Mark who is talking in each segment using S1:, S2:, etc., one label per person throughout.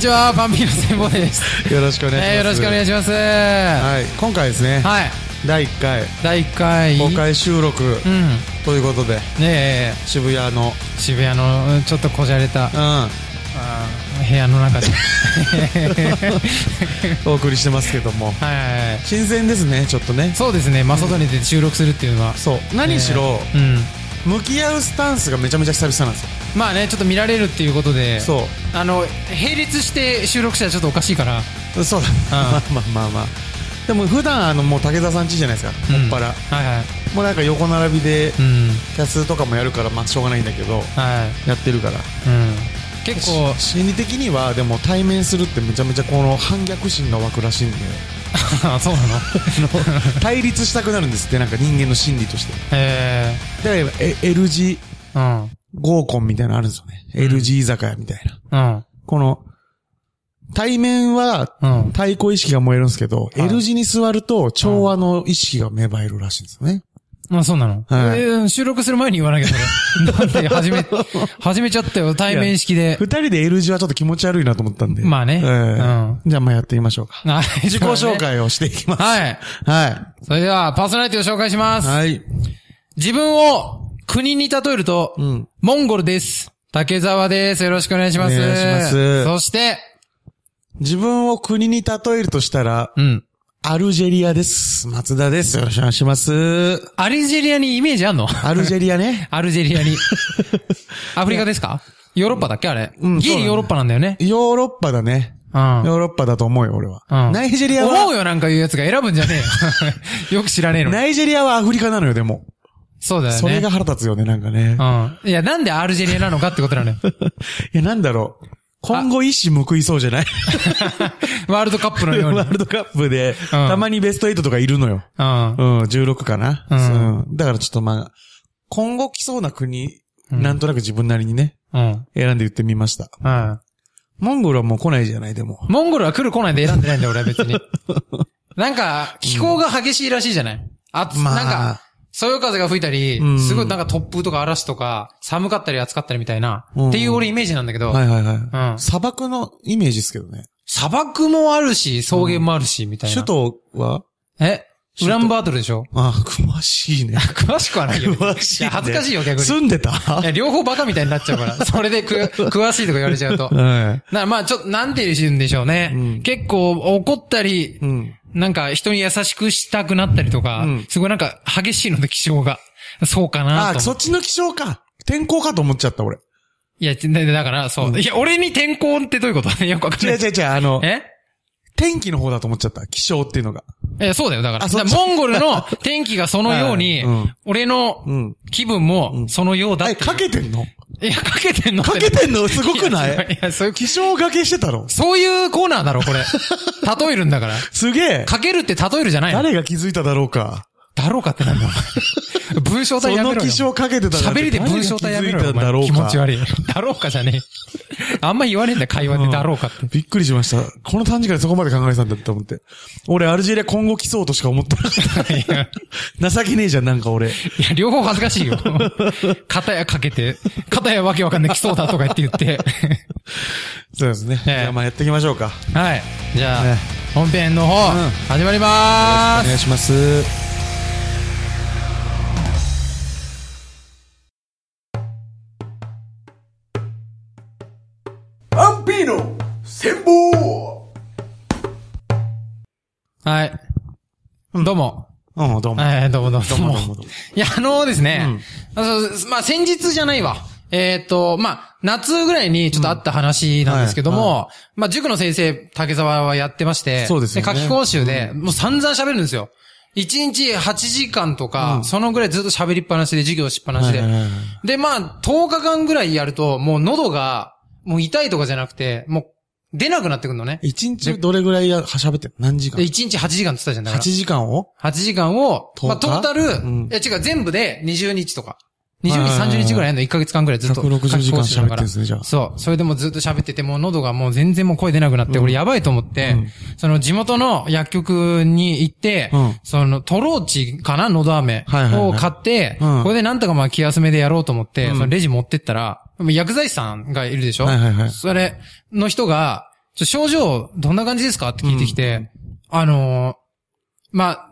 S1: ち は、パンピーの専門です。
S2: よろしくお願いしま
S1: え
S2: す、
S1: ーよろしくお願いします。は
S2: はい、今回ですね、
S1: い。
S2: 第1回
S1: 第1回。
S2: 公開収録
S1: うん。
S2: ということで
S1: ねえ、
S2: 渋谷の、
S1: 渋谷のちょっとこじゃれた
S2: う
S1: あー部屋の中で。
S2: ん、お送りしてますけども
S1: はい。
S2: 新鮮ですねちょっとね
S1: そうですね、まあ、外に出て収録するっていうのは。
S2: そう何しろ、
S1: ねうん。
S2: 向き合うスタンスがめちゃめちゃ久々なんですよ
S1: まあね、ちょっと見られるっていうことで。
S2: そ
S1: あの、並列して収録したらちょっとおかしいから。
S2: うそうだ まあまあまあまあでも普段あのもう竹田さん家じゃないですか、
S1: う
S2: も
S1: ん
S2: っぱら
S1: はいはい。
S2: もうなんか横並びで
S1: うん。
S2: キャスとかもやるからまあしょうがないんだけど
S1: は
S2: やってるから
S1: い。うん。結構
S2: し、心理的にはでも対面するってめちゃめちゃこの反逆心が湧くらしいんで
S1: あ そうなの
S2: 対立したくなるんですってなんか人間の心理として
S1: え
S2: だからえ L 字
S1: えうん。
S2: 合コンみたいなのあるんですよね、L 字居酒屋みたいな
S1: うん。
S2: この対面は
S1: うん。
S2: 対抗意識が燃えるんですけど、
S1: い
S2: L 字に座ると調和の意識が芽生えるらしいんですよね、
S1: まあそうなの、
S2: はい
S1: えー収録する前に言わなきゃ それ。なんで始め、始めちゃったよ、対面式で。
S2: 二人で L 字はちょっと気持ち悪いなと思ったんで
S1: まあね
S2: ええ
S1: うん
S2: じゃあまあやってみましょうか
S1: はい
S2: 自己紹。介をしていきます
S1: はい。
S2: は
S1: それでは、パーソナリティを紹介しま
S2: い
S1: す。
S2: はい
S1: 自分を国に例えると、
S2: うん
S1: モンゴルです。竹沢です。よろしくお願いします。
S2: お願いします
S1: そして、
S2: 自分を国に例えるとしたら、
S1: うん。
S2: アルジェリアです。松田です。よろしくお願いします。
S1: アルジェリアにイメージ あんの。
S2: アルジェリアね
S1: アルジェリアに。アフリカですかヨーロッパだっけあれ。
S2: うん
S1: ギリヨーロッパなんだよね。
S2: ヨーロッパだね。
S1: うん。
S2: ヨーロッパだと思うよ、俺は。
S1: うん
S2: ナイジェリア
S1: 思う
S2: は、
S1: よなんかいうやつが選ぶんじゃねえよ。 よく知らねえのに。
S2: ナイジェリアはアフリカなのよ、でも。
S1: そうだよね。
S2: それが腹立つよね、なんかね。
S1: うん。いや、なんでアルジェリアなのかってことなの よ。
S2: いや、なんだろう。今後一矢報いそうじゃない
S1: ワールドカップのように。う
S2: ワ
S1: ん。
S2: ールドカップで、たまにベスト8とかいるのよ。
S1: は
S2: うん、16かな。
S1: うん
S2: うん。だからちょっとまあ、今後来そうな国、なんとなく自分なりにね、
S1: うん。
S2: 選んで言ってみました。
S1: うん。
S2: モンゴルはもう来ないじゃない、でも。
S1: モンゴルは来る来ないで選んでないんだよ、俺は別 に。なんか、気候が激しいらしいじゃないあ、
S2: まあ
S1: なんか、そよ風が吹いたり
S2: う、ん
S1: すごいなんか突風とか嵐とか、寒かったり暑かったりみたいな、
S2: うん
S1: っていう俺イメージなんだけど
S2: は、いはいはい。
S1: うん
S2: 砂漠のイメージですけどね。
S1: 砂漠もあるし、草原もあるし、みたいな。
S2: 首都は
S1: えウランバートルでしょ
S2: あ、詳しいね。
S1: 詳しくはないよ。
S2: 詳しい、
S1: や
S2: ね。
S1: 恥ずかしいよ逆に
S2: 住んでた
S1: いや、両方バカみたいになっちゃうから。それでく、詳しいとか言われちゃうと。
S2: は
S1: な、まあ、ちょっと、なんて言うんでしょうね。
S2: うん
S1: 結構、怒ったり
S2: い。う、ん。
S1: なんか、人に優しくしたくなったりとか、
S2: うん
S1: すごいなんか、激しいので、気象が。そうかな
S2: あ、
S1: と
S2: そ
S1: 思う。
S2: っちの気象か。天候かと思っちゃった、俺。
S1: いや、だだから、そう。いや、俺に転校ってどういうこと よくわかん
S2: 違う
S1: ない。
S2: 違う違う、あの、
S1: え
S2: 天気の方だと思っちゃった。気象っていうのが。
S1: え、そうだよ。だから、
S2: あそっ
S1: だ
S2: ち
S1: からモンゴルの天気がそのように、
S2: はいうん
S1: 俺の
S2: うん
S1: 気分もそのようだっ
S2: え、
S1: ていう
S2: かけて んの
S1: いや、かけてんの
S2: かけてんのすごくない
S1: いやいや、そういう、
S2: 気象がけしてたの
S1: そういうコーナーだろ、 これ。例えるんだから。
S2: すげえ。
S1: かけるって例えるじゃないの
S2: 誰が気づいただろうか。
S1: だろうかってなんだよ。 文章
S2: そ
S1: 体やめ
S2: の
S1: ろ
S2: 気
S1: よ。
S2: 象かけてたなんて
S1: 喋りで文章体やめろよ。
S2: 誰が気づいただ
S1: お
S2: ろう
S1: 前
S2: か。
S1: 気持ち悪い。だろうかじゃねえ。あんま言わねえんだよ、会話で。だろうかって。
S2: びっくりしました。この短時間でそこまで考えてたんだって思って。俺、アルジェリア今後来そうとしか思ってなかった。 情けねえじゃん、なんか
S1: い
S2: 俺。
S1: や、両方恥ずかしいよ。片やかけて、片やわけわかんない来そうだとか言って言って。
S2: そうですね。じゃあまあやっていきましょうか。
S1: はい。じゃあ
S2: ね、
S1: 本編の方
S2: うん、
S1: 始まりま
S2: お願
S1: ー
S2: い
S1: す。
S2: します。
S3: アンピーの戦法
S1: はい。どうも。
S2: うん、どうも。
S1: はい、どうもどうも。どう
S2: どうもどうもどうも
S1: いや、あのですね、あそうまあ、先日じゃないわ。えっ、と、まあ、夏ぐらいにちょっとあった話なんですけども、
S2: うんは
S1: まあ、塾の先生、竹沢はやってまして、
S2: そうですよね
S1: 夏期講習で、もう散々喋るんですよ。1日8時間とか、そのぐらいずっと喋りっぱなしで、授業しっぱなしで。
S2: はいはいはいは
S1: で、まあ、10日間ぐらいやると、もう喉が、もう痛いとかじゃなくて、もう出なくなってくるのね。
S2: 一日どれぐらいや、はしゃべってんの何時間
S1: で、1日8時間って言ったじゃん。だか
S2: ?8
S1: ら
S2: 時間を
S1: 8時間を、
S2: 10
S1: まあ、トータル、
S2: うん
S1: いや違う、全部で20日とか。20日、
S2: はいはいはい
S1: 30日ぐらいやんの、1ヶ月間ぐらいずっと。
S2: 160時間喋ってんですね、じゃあ。
S1: そう。それでもうずっと喋ってて、もう喉がもう全然もう声出なくなって、俺やばいと思って、
S2: うん
S1: その地元の薬局に行って、
S2: うん
S1: そのトローチかな喉飴
S2: はいはいはい
S1: を買って、
S2: うん
S1: これでなんとかまあ気休めでやろうと思って、
S2: うん
S1: そのレジ持ってったら、薬剤師さんがいるでしょ、
S2: はいはいはい
S1: それの人が、ちょ症状、どんな感じですかって聞いてきて、あのーまあ、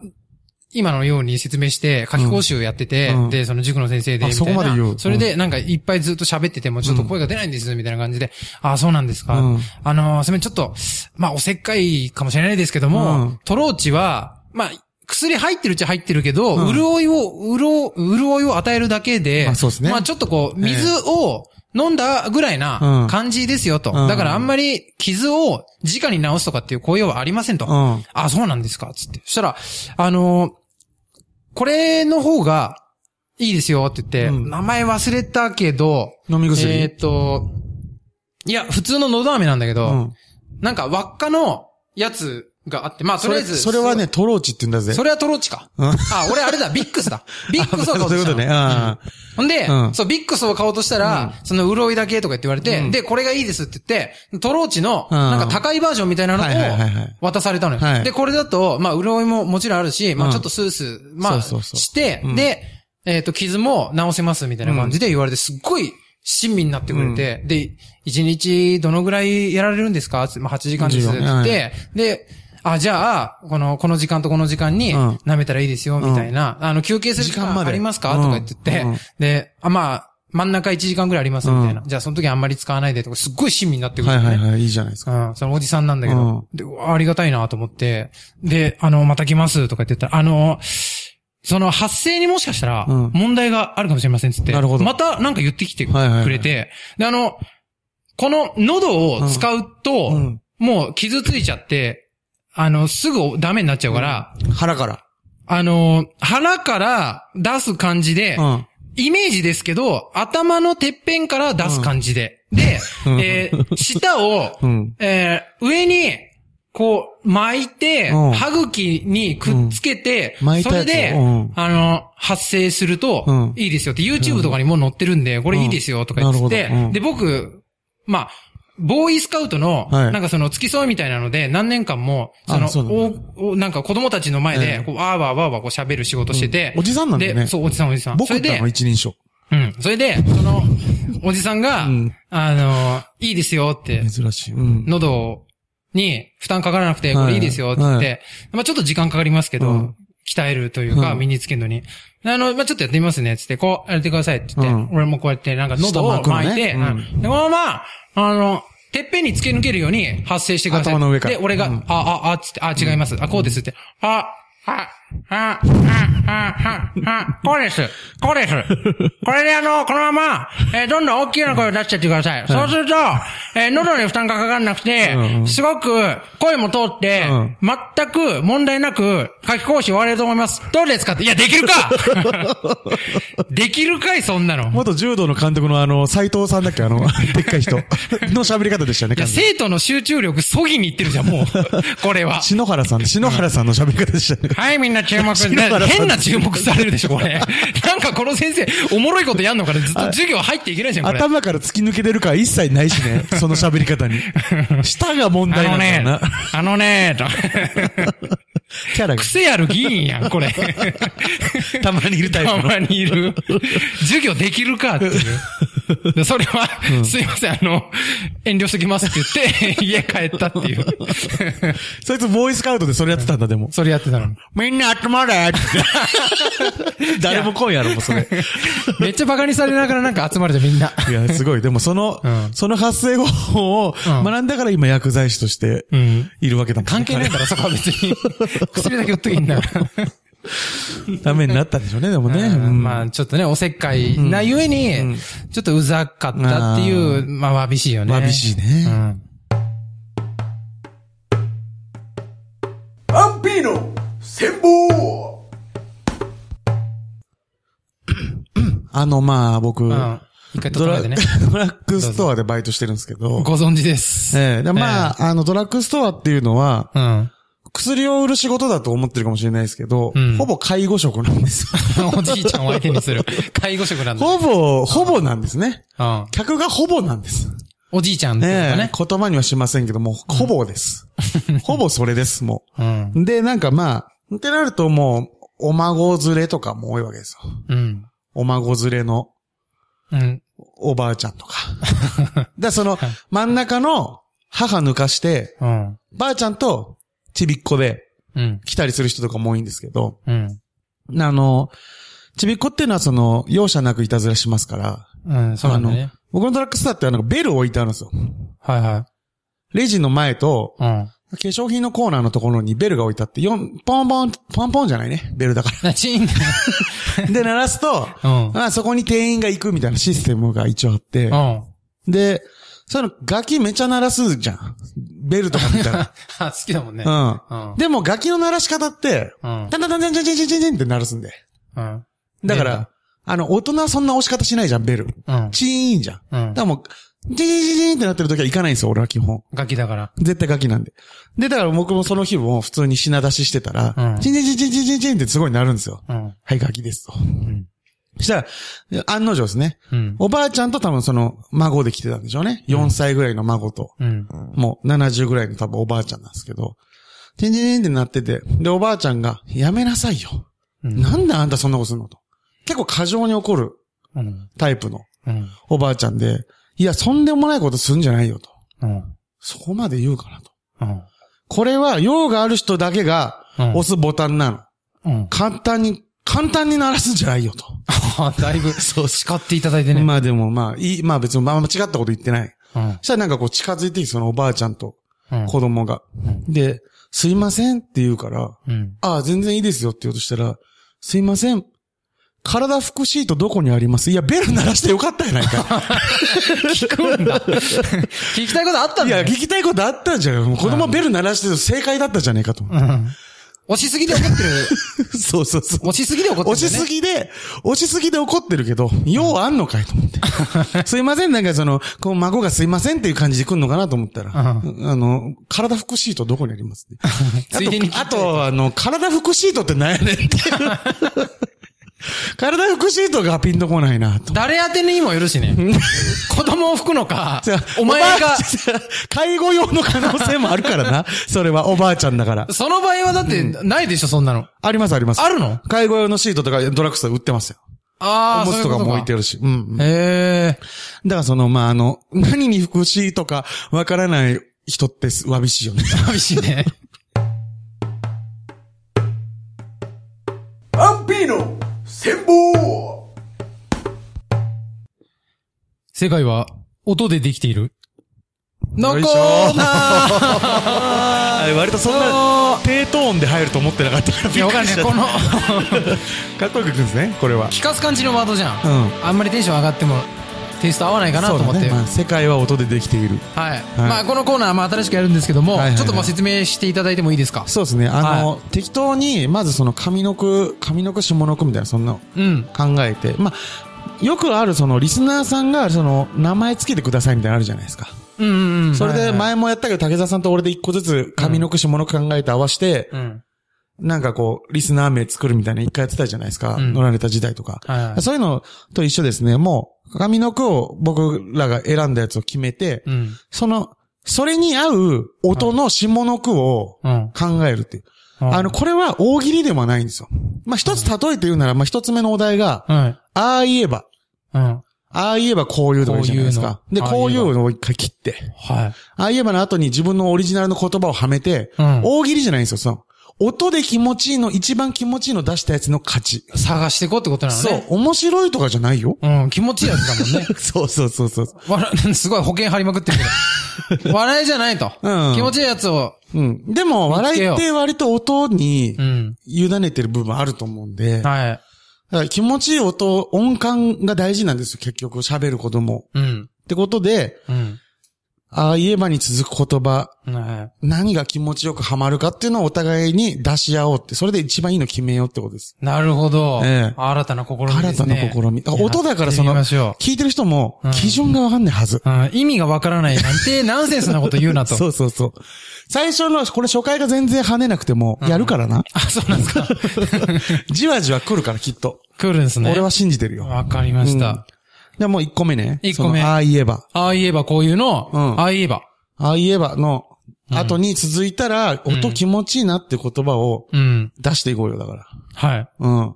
S1: 今のように説明して、夏期講習やってて、
S2: うん
S1: で、その塾の先生で、
S2: あ
S1: みたい
S2: そこま
S1: な
S2: で言う
S1: それで、なんかいっぱいずっと喋ってても、ちょっと声が出ないんです、みたいな感じで、ああ、そうなんですか。
S2: うん
S1: あのーすみません、ちょっと、まあ、おせっかいかもしれないですけども、
S2: うん
S1: トローチは、まあ、薬入ってるっちゃ入ってるけど、
S2: うん
S1: 潤いを、潤、潤いを与えるだけで、
S2: あそうですね
S1: まあ、ちょっとこう、水を飲んだぐらい
S2: うん
S1: な感じですよと。
S2: うん
S1: だからあんまり傷を直に治すとかっていう効用はありませんと。
S2: うん。
S1: あ、そうなんですか、つって。そしたら、あのーこれの方がいいですよって言って、
S2: うん
S1: 名前忘れたけど、
S2: 飲み薬。
S1: えーっと、いや、普通の喉飴なんだけど、
S2: うん。
S1: なんか輪っかのやつがあって、まあ、と
S2: そ
S1: りあえ
S2: れ、
S1: ず。
S2: それはね、トローチって言うんだぜ。
S1: それはトローチか。
S2: うん
S1: あ、俺 あれだ、ビックスだ。ビックスを買おう
S2: そう
S1: と
S2: いう
S1: し
S2: こ
S1: た
S2: と
S1: の
S2: ね。うん。
S1: ほんで、
S2: うん
S1: そう、ビックスを買おうとしたら、その潤いだけとかって言われて、
S2: うん
S1: で、これがいいですって言って、トローチの、
S2: うん
S1: なんか高いバージョンみたいなの
S2: はいはいはい
S1: を
S2: はい
S1: 渡されたのよ。
S2: はい
S1: で、これだと、まあ、潤いももちろんあるし、ま
S2: うん
S1: あ、ちょっとスースー、まあ、
S2: そうそうそう
S1: して、
S2: うん
S1: で、えっ、と、傷も治せますみたいな感じで言われて、すっごい、親身になってくれて、で、1日どのぐらいやられるんですかつってまあ、8時間ですって言って、で、あ、じゃあ、この、この時間とこの時間に
S2: うん
S1: 舐めたらいいですよ、みたいな、あの、休憩する時
S2: 時間ま
S1: 間
S2: で
S1: ありますか
S2: うん
S1: とか言ってって、
S2: うん
S1: で、あ、まあ、真ん中1時間ぐらいありますみたいな。じゃあその時あんまり使わないでとか、すっごい親身になってくる
S2: は
S1: よ
S2: い
S1: ね。
S2: はいはい、いいじゃないですか。
S1: うん、そのおじさんなんだけど、
S2: うん
S1: でうわありがたいなと思って、で、あの、また来ますとか言ってたら、あの、その発生にもしかしたら
S2: うん、
S1: 問題があるかもしれませんっつって、
S2: なるほど
S1: またなんか言ってきてくれて、
S2: はいはいはい
S1: で、あの、この喉を使うと、
S2: うん
S1: もう傷ついちゃって、あの、すぐダメになっちゃうから、
S2: 腹から。
S1: あの、腹から出す感じで、
S2: うん。
S1: イメージですけど、頭のてっぺんから出す感じで。で、
S2: うん
S1: えー舌を、
S2: うん。
S1: えー上に、こう、巻いて、
S2: うん
S1: 歯茎にくっつけて、
S2: うん巻い
S1: そ
S2: たや
S1: れ
S2: つを
S1: で、
S2: うん
S1: あの、発生する
S2: う
S1: と
S2: ん、
S1: いいですよって、YouTube とかにも載ってるんで、これいいですよとか言ってて、
S2: なるほどうん
S1: で、僕、まあ、ボーイスカウトの、
S2: はい
S1: なんかその付き添いみたいなので、何年間も、その、
S2: あそうなん
S1: おおなんか子供たちの前
S2: え
S1: で
S2: え、
S1: こう、わーわーわーわーこう喋る仕事してて、
S2: うんおじさんなんだよね
S1: で、そう、おじさんおじさん。
S2: 僕
S1: それ
S2: ってあ
S1: で
S2: の、一人称。
S1: うん。それで、その、おじさんが、
S2: うん
S1: あの、いいですよって、
S2: 珍しい。うん。
S1: 喉に負担かからなくて、
S2: はい
S1: これいいですよって言って、
S2: は
S1: まあちょっと時間かかりますけど、
S2: うん
S1: 鍛えるというか、
S2: うん
S1: 身につけるのに。あの、まあちょっとやってみますね、つって、こう、やってくださいって言って、
S2: うん
S1: 俺もこうやって、なんか喉
S2: 下巻
S1: を
S2: くのね
S1: 巻いて、
S2: うん
S1: うんで、このまま、あの、てっぺんに突き抜けるように発生してください。
S2: 頭の上から
S1: で、俺が、
S2: うん
S1: あ、あ、あ、つって、あ、違います。あ、こうですって、あ、あ、あ、あ、あ、あ、あ、こうです。こうです。これであの、このまま、えーどんどん大きな声を出しちゃってください。そうすると、えー喉に負担がかからなくて
S2: うん、
S1: すごく声も通って
S2: うん、
S1: 全く問題なく、書き講師終われると思います。どうですかっていや、できる かできるかい、そんなの。
S2: 元柔道の監督のあの、斎藤さんだっけ あの、でっかい人。の喋り方でしたよね、
S1: いや、
S2: 完全に
S1: 生徒の集中力、そぎにいってるじゃん、もう。これは。
S2: 篠原さん、篠原さんの喋り方でしたよね。
S1: はい、みんな 注目。
S2: 篠原さん
S1: 変な注目されるでしょ、こ れ。なんかこの先生、おもろいことやんのかねずっと授業入っていけないじゃん、これ。
S2: 頭から突き抜けてるから一切ないしね。その喋 り方に。舌が問
S1: あ
S2: 題な
S1: の
S2: んだよ
S1: ね
S2: な。、
S1: あのね、と。
S2: キャラが
S1: 癖ある議員やん、 これ。
S2: たまにいるタイ
S1: た
S2: プの。
S1: まにいる。授業できるかっていう。でそれは、すいません、あの、遠慮しときますって言 って、家帰ったっていう。
S2: そいつボーイスカウトでそれやってたんだ、でも。
S1: それやってたのに。
S2: みんな集まれ誰も来んやろ、もうそれ。
S1: めっちゃバカにされながらなんか集まるじゃん、みんな。
S2: いや、すごい。でもその、
S1: うん
S2: その発声方法を
S1: うん
S2: 学んだから今薬剤師として
S1: うん
S2: いるわけだもんね
S1: 関係ないから、そこは別 に。薬だけ売っときゃいいんだから。
S2: ダメになったんでしょうね、でもね。
S1: うんま
S2: あ、
S1: あ、ちょっとね、おせっかいなゆえに、ちょっとうざかったっていう、まあ、わびしいよね。
S2: わびしいね。
S1: うん。
S3: アンピーノ戦法
S2: あの、まあ、僕、
S1: うん。一回
S2: ド
S1: 整
S2: ラ
S1: えてね。
S2: ドラッグストアでバイトしてるんですけど、
S1: ご存知です。
S2: ええでまあ、あの、ドラッグストアっていうのは、
S1: うん。
S2: 薬を売る仕事だと思ってるかもしれないですけど、
S1: うん
S2: ほぼ介護職な んです。
S1: おじいちゃんを相手にする。介護職なんだ。
S2: ほぼ、ほぼなんですね。
S1: うん。
S2: 客がほぼなんです。
S1: おじいちゃんっていうか
S2: ね
S1: ね。
S2: 言葉にはしませんけども、ほぼ です。ほぼそれです、も
S1: うん。
S2: う。で、なんかまあ、ってなるともう、お孫連れとかも多いわけですよ。
S1: うん。
S2: お孫連れの
S1: うん。
S2: おばあちゃんとか。だからその、真ん中の、母抜かして、
S1: うん。
S2: ばあちゃんとちびっこで
S1: うん。
S2: 来たりする人とかも多いんですけど、
S1: うん。
S2: あの、ちびっこっていうのはその、容赦なくいたずらしますから、
S1: うん、そうなんだね。
S2: 僕のトラックスターってあのベルを置いてあるんですよ。
S1: はいは
S2: レジの前と、
S1: い。うん。
S2: 化粧品のコーナーのところにベルが置いてあって、4、ポンポン、ポンポンじゃないね。ベルだか
S1: な、 チン。
S2: ら。で、鳴らすと、
S1: うん。
S2: まあそこに店員が行くみたいなシステムが一応あって
S1: う、ん。
S2: で、そのガキめちゃ鳴らすじゃん。ベルとかみたいな。
S1: あ、好きだもんね。う
S2: うんん。でも、ガキの鳴らし方って、
S1: うん。
S2: タンタンタンタンタンタンタンタンタンって鳴らすんで。
S1: うん。
S2: だか
S1: ベルだ
S2: ら、あの、大人はそんな押し方しないじゃん、ベル。
S1: うん。
S2: チーンじゃん。だか
S1: うん。
S2: らもう、チンチンチンチンってなってる時は行かないんですよ、俺は基本。
S1: ガキだから。
S2: 絶対ガキなんで。で、だから僕もその日も普通に品出ししてた
S1: う
S2: ら
S1: ん、
S2: チンチンチンチンチンチンってすごい鳴るんですよ。
S1: うん。
S2: はい、ガキですと。
S1: ん
S2: したら、案の定ですね。
S1: うん。
S2: おばあちゃんと多分その、孫で来てたんでしょうね。4歳ぐらいの孫と。
S1: うん。
S2: もう70ぐらいの多分おばあちゃんなんですけど、チンチンチンってなってて、で、おばあちゃんが、やめなさいよ。
S1: うん。
S2: なんであんたそんなことするのと。結構過剰に怒る
S1: うん。
S2: タイプの
S1: うん。
S2: おばあちゃんで、いや、そんでもないことすんじゃないよと。
S1: うん。
S2: そこまで言うかなと。
S1: うん。
S2: これは用がある人だけが
S1: うん
S2: 押すボタンなの。
S1: うん。
S2: 簡単に、簡単に鳴らすんじゃないよと。
S1: あだいぶ、そう、叱っていただいてね。
S2: まあでもまあ、いい、まあ別にまあ間違ったこと言ってない。
S1: うん
S2: そ。したらなんかこう近づいてきてそのおばあちゃんと
S1: うん
S2: 子供が。
S1: う
S2: で、すいませんって言うから、
S1: うん。
S2: ああ、全然いいですよって言おうとしたら、すいません。体拭くシートどこにありますいや、ベル鳴らしてよかったやないか。
S1: 聞くん だ。聞きたい ことあったん
S2: い
S1: だ
S2: や、
S1: よ。
S2: 聞きたいことあったじゃん。子供ベル鳴らしてる正解だったじゃねえかと。
S1: うん。押しすぎで怒ってる。
S2: そうそうそう。
S1: 押しすぎで怒ってるんだよね。
S2: 押しすぎで、押しすぎで怒ってるけど、用あんのかいと思 って。すいません、なんかその、こう孫がすいませんっていう感じで来んのかなと思ったら、あ
S1: う
S2: の、体拭くシートどこにありますって。
S1: ついでに聞いて
S2: あと、あとあの、体拭くシートって何やねんって。 体拭くシートがピンとこないなと。
S1: 誰宛てにもよるしね。子供を吹くのか、お前
S2: おば
S1: が
S2: あ、ちゃん介護用の可能性もあるから な。それはおばあちゃんだから。
S1: その場合はだってないでしょ、そんなの。
S2: ありますあります。
S1: あるの
S2: 介護用のシートとかドラッグストア売ってますよ。
S1: ああ、
S2: おむつとかも置いて
S1: る。
S2: るし。うんうん。
S1: へえ。
S2: だからその、まあ、あの、何に福祉とかわからない人ってわびしいよね。
S1: 寂しいね。
S3: アンピーの戦法
S1: 世界は音でできている。のコー
S2: よいしょ
S1: ナ
S2: 割とそん
S1: な
S2: 低トーンで入ると思ってなかったから
S1: ーいや、わかんない。この、
S2: かっこよくいくんですね、これは。
S1: 聞かす感じのワードじゃん。
S2: うん
S1: あんまりテンション上がっても、テイスト合わないかなと思って。
S2: まあ、世界は音でできている。
S1: はい。まあ、このコーナー、まあ、新しくやるんですけども、
S2: はいはいはい
S1: ちょっとご説明していただいてもいいですか
S2: そうですね。あの、適当に、まずその上の句、上の句、下の句みたいな、そんなの
S1: うん。
S2: 考えて。まあ、よくあるそのリスナーさんが、その、名前つけてくださいみたいなのあるじゃないですか。
S1: うんうんうん。
S2: それ
S1: はい
S2: で
S1: はい
S2: 前もやったけど、竹澤さんと俺で一個ずつ上の句、下の句考えて合わせて、
S1: うん。
S2: なんかこう、リスナー名作るみたいな一回やってたじゃないですか。
S1: うん
S2: 乗られた時代とか。
S1: はいはい。
S2: そういうのと一緒ですね。もう、紙の句を僕らが選んだやつを決めて、
S1: うん。
S2: その、それに合う音の下の句を
S1: うん。
S2: 考えるっていう。あの、これは大喜利でもないんですよ。まあ、一つ例えて言うなら、まあ、一つ目のお題が、
S1: はい。
S2: ああ言えば、
S1: うん。
S2: ああ言えばこういうとかいいじゃないですか
S1: こ。ういう
S2: で、
S1: の
S2: こういうのを一回切って、
S1: はい。
S2: ああ言えばの後に自分のオリジナルの言葉をはめて、
S1: うん
S2: 大喜利じゃないんですよ、その。音で気持ちいいの、一番気持ちいいの出したやつの勝ち。
S1: 探していこうってことなのね。
S2: そう、。面白いとかじゃな いよ。。
S1: うん、気持ちいいやつだもんね
S2: そうそうそうそう。
S1: 笑、すごい保険張りまくってるけ ど。笑いじゃないと。
S2: うん
S1: 気持ちいいやつを。
S2: うん。でも、笑いって割と音に
S1: うん。
S2: 委ねてる部分あると思うんで、だか
S1: はい。
S2: ら気持ちいい音、音感が大事なんですよ、結局喋ることも。
S1: うん。
S2: ってことで、
S1: うん。
S2: ああ言えばに続く言葉、
S1: はい。
S2: 何が気持ちよくハマるかっていうのをお互いに出し合おうって、それで一番いいの決めようってことです。
S1: なるほど。
S2: ええ
S1: 新たな試みで
S2: 新
S1: す
S2: た
S1: ね。
S2: な試み。だから音だから
S1: や
S2: その、
S1: ってみましょ
S2: 聞いてる人も
S1: うん
S2: 基準がわかんないはず。
S1: う。うん、意味がわからないなん て、ナンセンスなこと言うなと。
S2: そうそうそう。最初の、これ初回が全然跳ねなくても、やるからな。
S1: あ、そうなんですか。
S2: じわじわ来るからきっと。
S1: 来るんですね。
S2: 俺は信じてるよ。
S1: わかりました。
S2: でもう1個目ね。
S1: 一個目
S2: そのああ言えば。
S1: ああ言えばこういうのを、
S2: うん
S1: ああ言えば。
S2: ああ言えばの後に続いたら、
S1: ん
S2: 音気持ちいいなって言葉を
S1: うん。
S2: 出していこうよ、だから。
S1: はい。
S2: うん。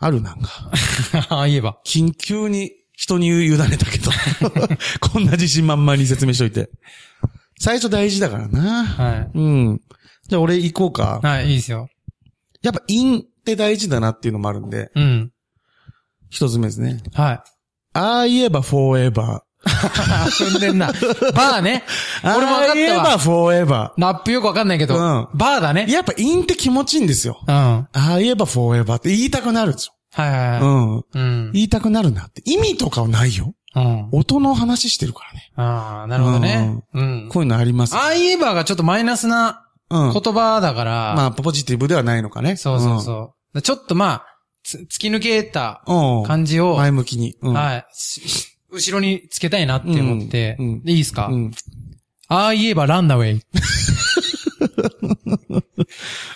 S2: あるなんか。
S1: ああ言えば。
S2: 緊急 に人に委ねたけど。こんな自信満々に説明しといて。最初大事だからな。
S1: は
S2: うん。じゃあ俺行こうか
S1: い。。はい、いいですよ。
S2: やっぱ因って大事だなっていうのもあるんで、
S1: うん。
S2: 一つ目ですね。
S1: はい。
S2: ああ言えばフォーエバ
S1: あ、踏んでんな。バーね。
S2: ー。
S1: 俺も分か
S2: ああ言え
S1: った
S2: ば
S1: わ。
S2: フォーエバ
S1: ラップよくわかんないけど。
S2: うん
S1: バーだ
S2: ー。
S1: ね。
S2: やっぱ因って気持ちいいんですよ。
S1: うん。は
S2: ああ言えばフォーエバーって言いたくなるんです
S1: いはい
S2: よ。
S1: は
S2: うん。
S1: い。うん。
S2: 言いたくなるなって。意味とかはないよ。
S1: うん。
S2: 音の話してるからね。
S1: ああ、なるほどね。うん。
S2: こういうのあります。
S1: ああ言えばがちょっとマイナスな
S2: うん。
S1: 言葉だから。
S2: まあ、ポジティブではないのかね。
S1: そうそうそう。ちょっとまあ、つ突き抜けた
S2: うん。うん。
S1: 感じを、
S2: 前向きに。うん
S1: はい、しし後ろにつけたいなって思って、
S2: うんうん
S1: でいいですか、
S2: うん。
S1: ああ言えばランナウェイ。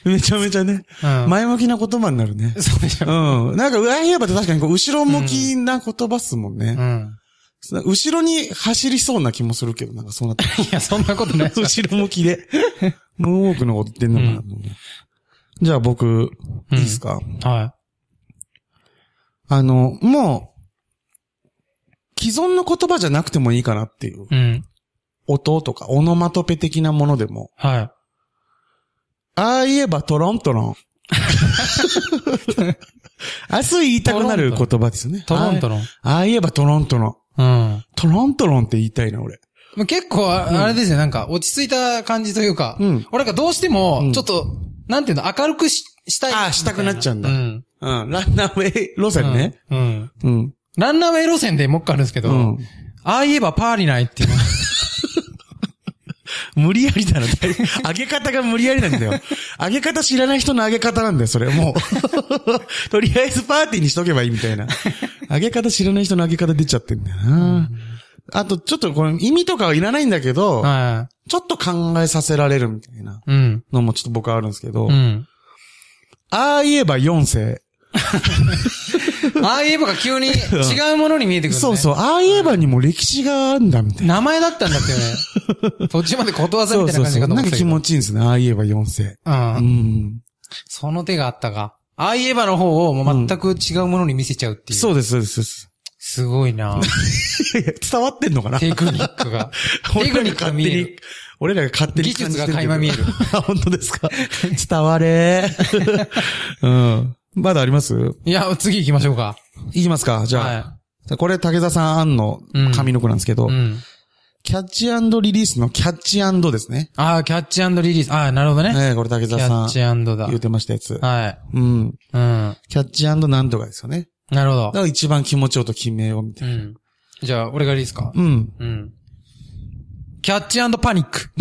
S2: めちゃめちゃね、
S1: うん
S2: 前向きな言葉になるね。
S1: そうでしょ。
S2: うん。なんか、裏言えば確かにこう、後ろ向きな言葉っすもん
S1: う
S2: ね。
S1: ん。
S2: 後ろに走りそうな気もするけど、なんかそうなった。
S1: いや、そんなことない。
S2: 後ろ向きで。ムーンウォークのこと言ってんのかな、もうねじゃあ僕、いいですか、
S1: は
S2: あの、もう、既存の言葉じゃなくてもいいかなっていう。
S1: い。うん。
S2: 音とか、オノマトペ的なものでも。
S1: は
S2: ああ言えばトロントロ ン。明日言いたくなる言葉ですよね
S1: い。。トロントロン。
S2: ああ言えばトロントロン。
S1: うん。
S2: トロントロンって言いたいな、俺。
S1: まあ結構、ああれですよ、なんか、落ち着いた感じというか、
S2: うん
S1: 俺がどうして
S2: う
S1: も
S2: ん、
S1: ちょっと、なんていうの、明るくし、したい
S2: ああしたくなっちゃうんだ
S1: うん。
S2: うん。ランナーウェイ路線ね。
S1: うん。うん。
S2: うん。
S1: ランナーウェイ路線でもう一回あるんですけど、
S2: うん
S1: ああ言えばパーリナイっていうの。
S2: 無理やり だな。だいぶ上げ方が無理やりなんだよ。上げ方知らない人の上げ方なんだよ、それ。も う。とりあえずパーティーにしとけばいいみたいな。上げ方知らない人の上げ方出ちゃってんだよな。あと、ちょっとこの意味とかはいらないんだけど、
S1: は。
S2: ちょっと考えさせられるみたいない
S1: うん。
S2: のもちょっと僕はあるんですけど、
S1: うん。
S2: ああ言えば4世。
S1: ああ言えばが急に違うものに見えてくる、ね。
S2: そうそう、ああ言えばにも歴史があるんだみたいな。
S1: 名前だったんだって ね。途中までことわざ
S2: そ
S1: み
S2: う
S1: たいな
S2: そう
S1: 感
S2: そ
S1: じ
S2: う。
S1: かと思
S2: なん
S1: ってた
S2: か気
S1: けど。
S2: 持ちいいんですね。ああ言えば4世。う
S1: うん。
S2: ん。
S1: その手があったか。ああ言えばの方をもう全く違うものに見せちゃうっていう。
S2: そうです、そうですそう
S1: すごい な
S2: です。い やいや、伝わってんのかな
S1: テクニックが。 テクニックが見える。
S2: 俺らが勝手に感じてるけど。
S1: 技術が垣間見える
S2: あ、 本当ですか。伝われ。 うん。まだあります
S1: いや、次行きましょうか。
S2: いきますかじゃあ。
S1: は
S2: これ、竹田さん案の上の句なんですけど
S1: い。う、ん。
S2: キャッチリリースのキャッチですね。
S1: ああ、キャッチリリース。ああ、なるほどね。
S2: ええ、これ竹
S1: キ
S2: 田
S1: ャ
S2: さ
S1: ッチ
S2: ん
S1: だ
S2: 言う。てましたやつ。
S1: はい。
S2: うん。
S1: うん。
S2: キャッチなんとかですよね。
S1: なるほ
S2: だ
S1: ど
S2: か。ら一番気持ちよと決めようみた
S1: う
S2: いな。
S1: ん。じゃあ、俺からいいですか
S2: うん。
S1: うん。キャッチパニッ ク。
S2: い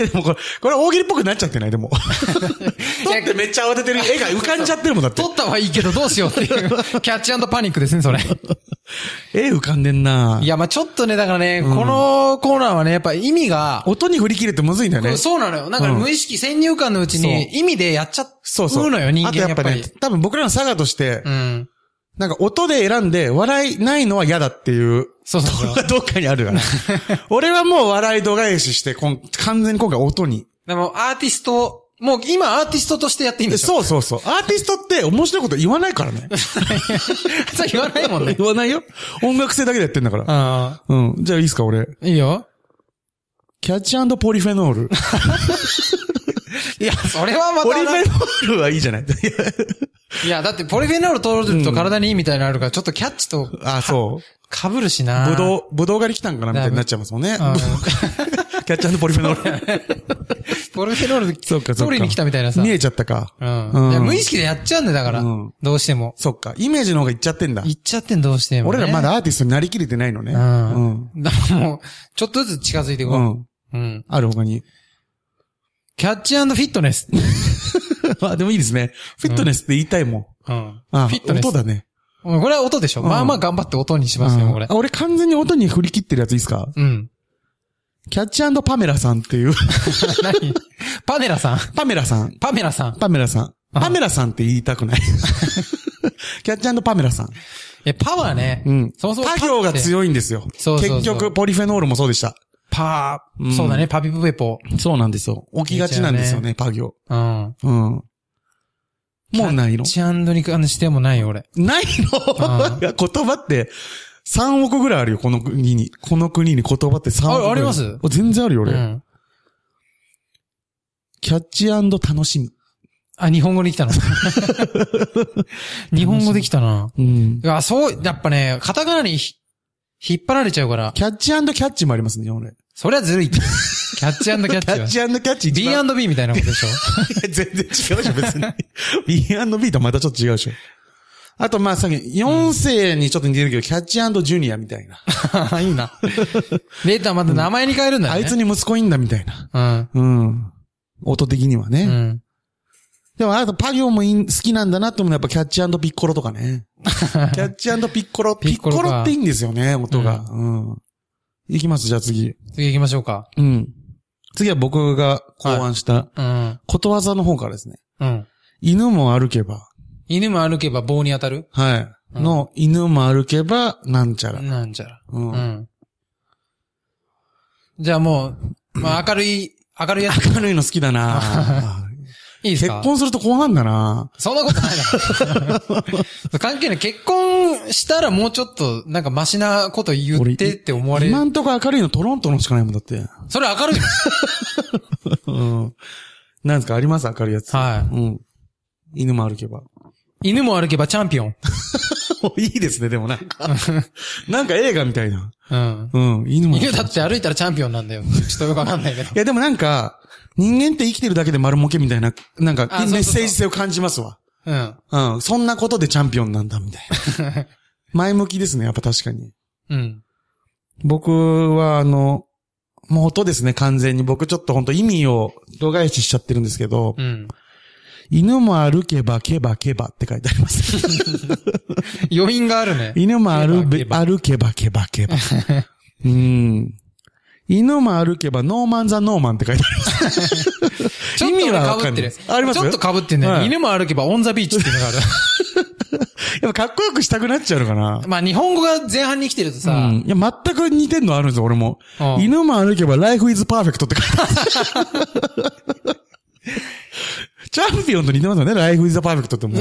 S2: やでもこれ、これ大喜利っぽくなっちゃってな いでも。 だってめっちゃ慌ててる。絵が浮かんじゃってるもんだって
S1: 撮。ったはいいけどどうしようっていう、キャッチパニックですね、それ。
S2: 絵浮かんでんない
S1: や、まあちょっとね、だからね、このコーナーはね、やっぱ意味が、
S2: 音に振り切れてむずいんだよね。
S1: そうなのよ。なんか
S2: うん
S1: 無意識先入観のうち
S2: そ
S1: に、意味でやっちゃ
S2: そうそう
S1: うのよ、人
S2: あと
S1: 間
S2: や
S1: やっ
S2: っ
S1: ぱ
S2: ぱ
S1: り。、
S2: ね多分僕らの差がとして
S1: う、ん。
S2: なんか音で選んで笑いないのは嫌だっていう。
S1: そうそう そう。
S2: どっかにあるから。俺はもう笑い度外視して、こん完全に今回音に。
S1: でも、アーティスト、もう今アーティストとしてやっていいんですよ。
S2: そうそうそう。アーティストって面白いこと言わないからね。
S1: そう言わないもんね。
S2: 言わないよ。音楽性だけでやってんだから。
S1: あ
S2: うん。じゃあいいっすか、俺。
S1: あ、いいよ。
S2: キャッチポリフェノー ル。
S1: いや、それはま
S2: ポリ
S1: た
S2: フ
S1: な、
S2: ェノールはいいじゃない。
S1: いや、だってポリフェノール取ると体にいいみたいなのあるから、ちょっとキャッチと
S2: あ、そう。
S1: 被るしな。
S2: ぶどう、ぶどう狩り来たんかなみたいになっちゃいますもんね。
S1: うん。
S2: キャッチポリフェノール。
S1: ポリフェノ ール
S2: そうか、 そうか。
S1: 取りに来たみたいなさ。
S2: 見えちゃったか。
S1: うん。
S2: うん
S1: いや無意識でやっちゃうんだよ、だから
S2: うん。
S1: どうしても。
S2: そっか。イメージの方がいっちゃってんだ。
S1: 言っちゃってんどうしてもね。
S2: 俺らまだアーティストになりきれてないのね。
S1: うん。
S2: うん。
S1: だからもう、ちょっとずつ近づいていうこ
S2: ん。
S1: う。うん。
S2: ある 他に。
S1: キャッチフィットネス。
S2: あ、でもいいですね。フィットネスって言いたいもん。
S1: うん。フ
S2: あ、
S1: ィットネス
S2: 音。だね。
S1: うんこれは音でしょ。
S2: うん
S1: まあまあ頑張って音にします
S2: う
S1: よ、
S2: ん
S1: これ
S2: あ。俺完全に音に振り切ってるやついいですか
S1: うん。
S2: キャッチパメラさんっていう。
S1: 何 パネラさん。
S2: パメラさん。
S1: パメラさん。
S2: パメラさん。パメラさんって言いた くない。キャッチパメラさん。
S1: え、パワーね。
S2: うん。
S1: そもそも
S2: 他行が
S1: い。
S2: 強いんですよ。
S1: そうそうそう
S2: 結局、ポリフェノールもそうでした。
S1: パ
S2: うん
S1: ー、そうだね、パピプペポ。
S2: そうなんですよ。起きがちなんですよね、パ行。
S1: うん。も
S2: うん。もうないの
S1: チアンドに関してもないよ、俺。
S2: ないの
S1: う
S2: 言葉って、 3億ぐらいあるよ、この国に。この国に言葉って3億ぐらいる
S1: ああります
S2: 全然あるよ、
S1: う
S2: 俺。
S1: ん。
S2: キャッチ楽しみ。
S1: あ、日本語で きたの。日本語できたな。
S2: うん。
S1: いや、そう、やっぱね、カタカナにひ引っ張られちゃうから、
S2: キャッチキャッチもありますね、俺。
S1: そりゃずるいって。キャッチキャ
S2: キ
S1: ッ
S2: ャッチ
S1: チ
S2: キ
S1: は。
S2: ャッチ一番
S1: B&B みたいなことで しょ
S2: 全然違うでしょ、別に。B&B とまたちょっと違うでしょ。 あと、まあ、さっき、4世にちょっと似てるけど、キャッチジュニアみたいな。
S1: いいな。レーターまた名前に変えるんだよ
S2: あ
S1: ね。
S2: いつに息子いんだ、みたいな。
S1: うん。
S2: うん。音的にはね。
S1: うん。
S2: でも、あと、パ行もいん好きなんだなって思うのは、やっぱ、キャッチピッコロとかね。 キャッチピッコロ。ピ
S1: ピ
S2: ッ
S1: ッ
S2: コ
S1: コロか
S2: ロっていいんですよね、音が。うん。いきます、じゃあ次。
S1: 次行きましょうか。
S2: うん。次は僕が考案した、
S1: うん。
S2: ことわざの方からですね。
S1: うん。
S2: 犬も歩けば、
S1: 犬も歩けば棒に当たる
S2: はい。
S1: うん
S2: の、犬も歩けば、なんちゃら。
S1: なんじゃら。
S2: うん。
S1: うん。じゃあもう、 まあ明るい、明るいやつ、
S2: 明るいの好きだな
S1: いいです
S2: 結
S1: か
S2: 婚するとこうなんだな
S1: そんなことない な。関係ない。結婚したらもうちょっと、なんかマシなこと言ってって思われる。
S2: 今んとこ明るいのトロントのしかないもんだ って。
S1: それ明るい。
S2: うん。なんですかあります明るいやつ。
S1: は
S2: うん。犬も歩けば。
S1: い。犬も歩けばチャンピオン。
S2: いいですね、でもなんか。 なんか映画みたいな。
S1: うん。
S2: うん、犬も。
S1: 犬だって歩いたらチャンピオンなんだよ。ちょっとよくわかんないけど
S2: い。や、でもなんか、人間って生きてるだけで丸儲けみたいな、なんか、
S1: あそうそうそう
S2: メッセージ性を感じますわ。
S1: うん。
S2: うん。そんなことでチャンピオンなんだ、みたい な。前向きですね、やっぱ確かに。
S1: うん。
S2: 僕は、あの、もう音ですね、完全に。僕ちょっと本当意味を度外視しちゃってるんですけど、
S1: うん。
S2: 犬も歩けば、けば、けばって書いてあります。
S1: 余韻があるね。
S2: 犬も歩べ
S1: けば
S2: 歩けば、けば、けば。 うん。犬も歩けば、ノーマンザノーマンって書いてあります。
S1: ちょっと
S2: 意味
S1: 俺
S2: はわ
S1: 被
S2: かん
S1: って
S2: ないで
S1: る
S2: す。あります
S1: ちょっと被ってんね。
S2: はい
S1: 犬も歩けばオンザビーチっていうのがある。
S2: やっぱかっこよくしたくなっちゃうのかな。
S1: まあ日本語が前半に来てるとさ、
S2: うん。いや、全く似てんのあるんですよ、俺も。
S1: うん
S2: 犬も歩けば、Life is Perfect って書いて ある。チャンピオンと似てますよね、Life is Perfect っ ても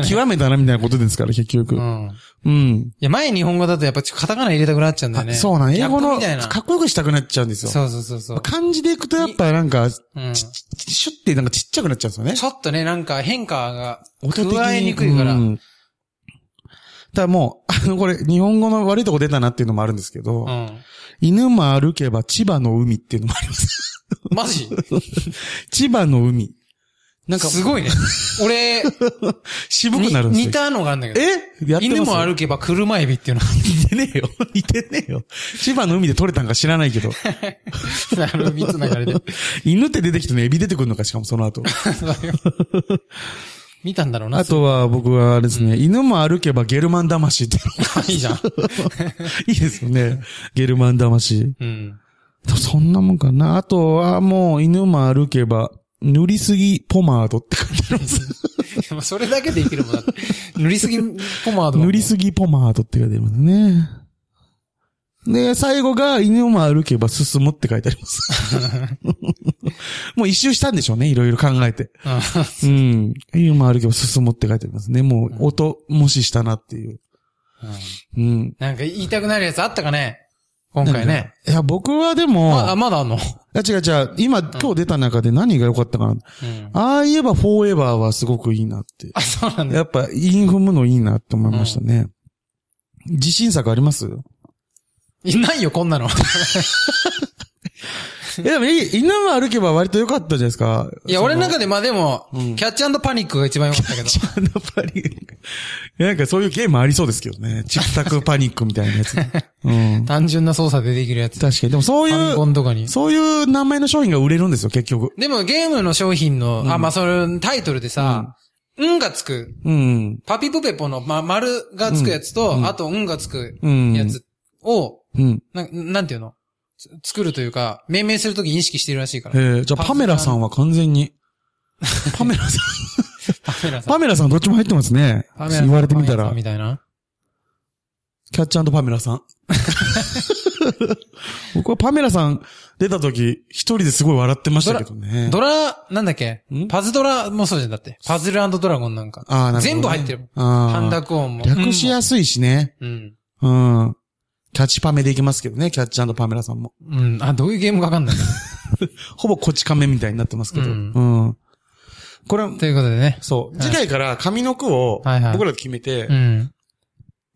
S2: う。極めたな、みたいなことですから、結局。う。
S1: うんん。いや、前日本語だとやっぱちょっとカタカナ入れたくなっちゃうんだよね。
S2: あそうなん、英語
S1: ギャップ
S2: の、
S1: みたいな。
S2: かっこよくしたくなっちゃうんですよ。
S1: そうそうそうそう。
S2: 漢字でいくと、やっぱなんか、
S1: うん
S2: ちちシュッてなんかちっちゃくなっちゃうんですよね。
S1: ちょっとね、なんか変化が
S2: 音的
S1: 加えにくいから。
S2: うんただもう、あの、これ、日本語の悪いとこ出たなっていうのもあるんですけど、
S1: うん。
S2: 犬も歩けば千葉の海っていうのもあります。
S1: マジ
S2: 千葉の海。なんか、
S1: すごいね。俺、
S2: 渋く
S1: に
S2: なるんです
S1: 似
S2: よ。
S1: たのがあるんだけど。
S2: えやってます
S1: 犬も歩けば車エビっていうの
S2: 似てねえよ。 似てねえよ。千葉の海で取れたんか知らないけど。
S1: が、あの、三つ流れ で。
S2: 犬って出てきてね、エビ出てくるのか、しかもその 後。
S1: 見たんだろうな。
S2: あとは、僕はあれですね、犬も歩けばゲルマン魂っていうのが
S1: いいじゃん。
S2: いいですよね。ゲルマン魂。
S1: うん。
S2: そんなもんかな。あとは、もう、犬も歩けば、塗りすぎポマードって書いてあるんです。
S1: まあそれだけでいけるもんだって。塗りすぎポマードが
S2: 塗りすぎポマードって書いてありますね。で、最後が犬も歩けば進むって書いてあ ります。もう一周したんでしょうね、いろいろ考えて。
S1: うん
S2: うん。犬も歩けば進むって書いてありますね。もう音無視したなっていう。うん。
S1: なんか言いたくなるやつあったかね今回ね。
S2: いや、僕はで
S1: あ、あ
S2: も、
S1: まだあんの
S2: あ違う違う、今、今日出た中で何が良かったかな。
S1: うん。
S2: ああ言えばフォーエバーはすごくいいなって。
S1: あ、そうなんだ。
S2: やっぱ、インフムのいいなって思いましたね。自信作あります
S1: いないよ、こんなの。
S2: え、でもいい、犬も歩けば割と良かったじゃないですか。
S1: いや、俺の中でまあでも、
S2: うん
S1: キャッチパニックが一番良かったけど。
S2: その、やっぱり、 なんかそういうゲームありそうですけどね。チクタクパニックみたいなや つ。うん。
S1: 単純な操作でできるやつ。
S2: 確かに。でもそう
S1: ファミコ
S2: い
S1: ンとかに
S2: う、。そういう名前の商品が売れるんですよ、結局。
S1: でもゲームの商品の、
S2: う
S1: あ、
S2: ん
S1: まあそれタイトルでさ、うんがつく、
S2: うん。
S1: パピプペポの、ま、丸がつくやつと、
S2: うん
S1: あとうんがつく
S2: うん。
S1: やつを、
S2: うん。
S1: ななんていうのつ作るというか、命名するときに意識してるらしいから。
S2: えー、じゃあパメラさんは完全 に。パメラさん、
S1: パメラさん。
S2: パメラさんどっちも入ってますね。
S1: パメラさん
S2: 言われてみた
S1: パメラ
S2: ら
S1: さんみ。たいな。
S2: キャッチパメラさん。 僕はパメラさん出た時、一人ですごい笑ってましたけどね。
S1: ドラ、なんだっけ
S2: ん
S1: パズドラもそうじゃん。だって。パズルドラゴンなんか。
S2: ああ、なるほどね
S1: 全部入ってる。
S2: ああ
S1: 半濁音も。
S2: 略しやすいしね。
S1: うん。
S2: うん。キャッチパメでいきますけどね、キャッチパメラさんも。
S1: うん。あ、どういうゲームかわかんない。
S2: ほぼこち亀みたいになってますけど。
S1: う
S2: うんん。これは、
S1: ということでね。
S2: そう。
S1: はい
S2: 次回から上の句を、
S1: はいはい
S2: 僕らで決めて
S1: う、ん。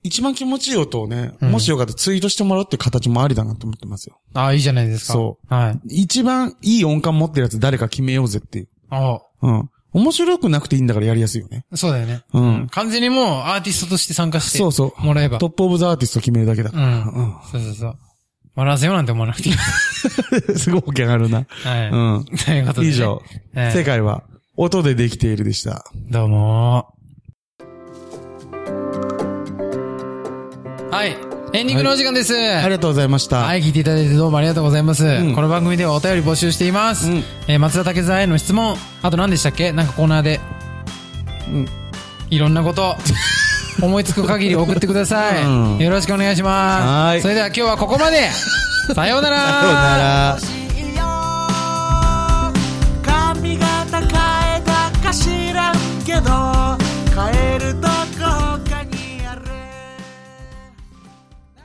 S2: 一番気持ちいい音をね、
S1: うん
S2: もしよかったらツイートしてもらうっていう形もありだなと思ってますよ。
S1: あ、いいじゃないですか。。
S2: そう
S1: はい。
S2: 一番いい音感持ってるやつ誰か決めようぜっていう。
S1: あ
S2: うん。面白くなくていいんだからやりやすいよね。
S1: そうだよね。
S2: うん。
S1: 完全にもうアーティストとして参加して。
S2: そうそう。
S1: もらえば。
S2: トップオブザアーティスト決めるだけだか
S1: う
S2: ら。
S1: ん。そうそうそう。笑わせようなんて思わなくてい い。
S2: うん。 すごい保険あるな。
S1: はい。
S2: うん。
S1: ということで、ね。
S2: 以上。
S1: ええ
S2: 世界は音でできているでした。
S1: どうもはい。エンディングのお時間です。は
S2: あり
S1: い。
S2: がとうございました。
S1: 聞いていただいてどうもありがとうございます。
S2: ん
S1: この番組ではお便り募集しています。
S2: うん
S1: えー松田竹沢への質問、あと何でしたっけなんかコーナーで。
S2: うん
S1: いろんな こと、思いつく限り送ってください。
S2: うん
S1: よろしくお願いします。
S2: はーい
S1: それでは今日はここまでさようなら
S2: さようなら。
S4: 「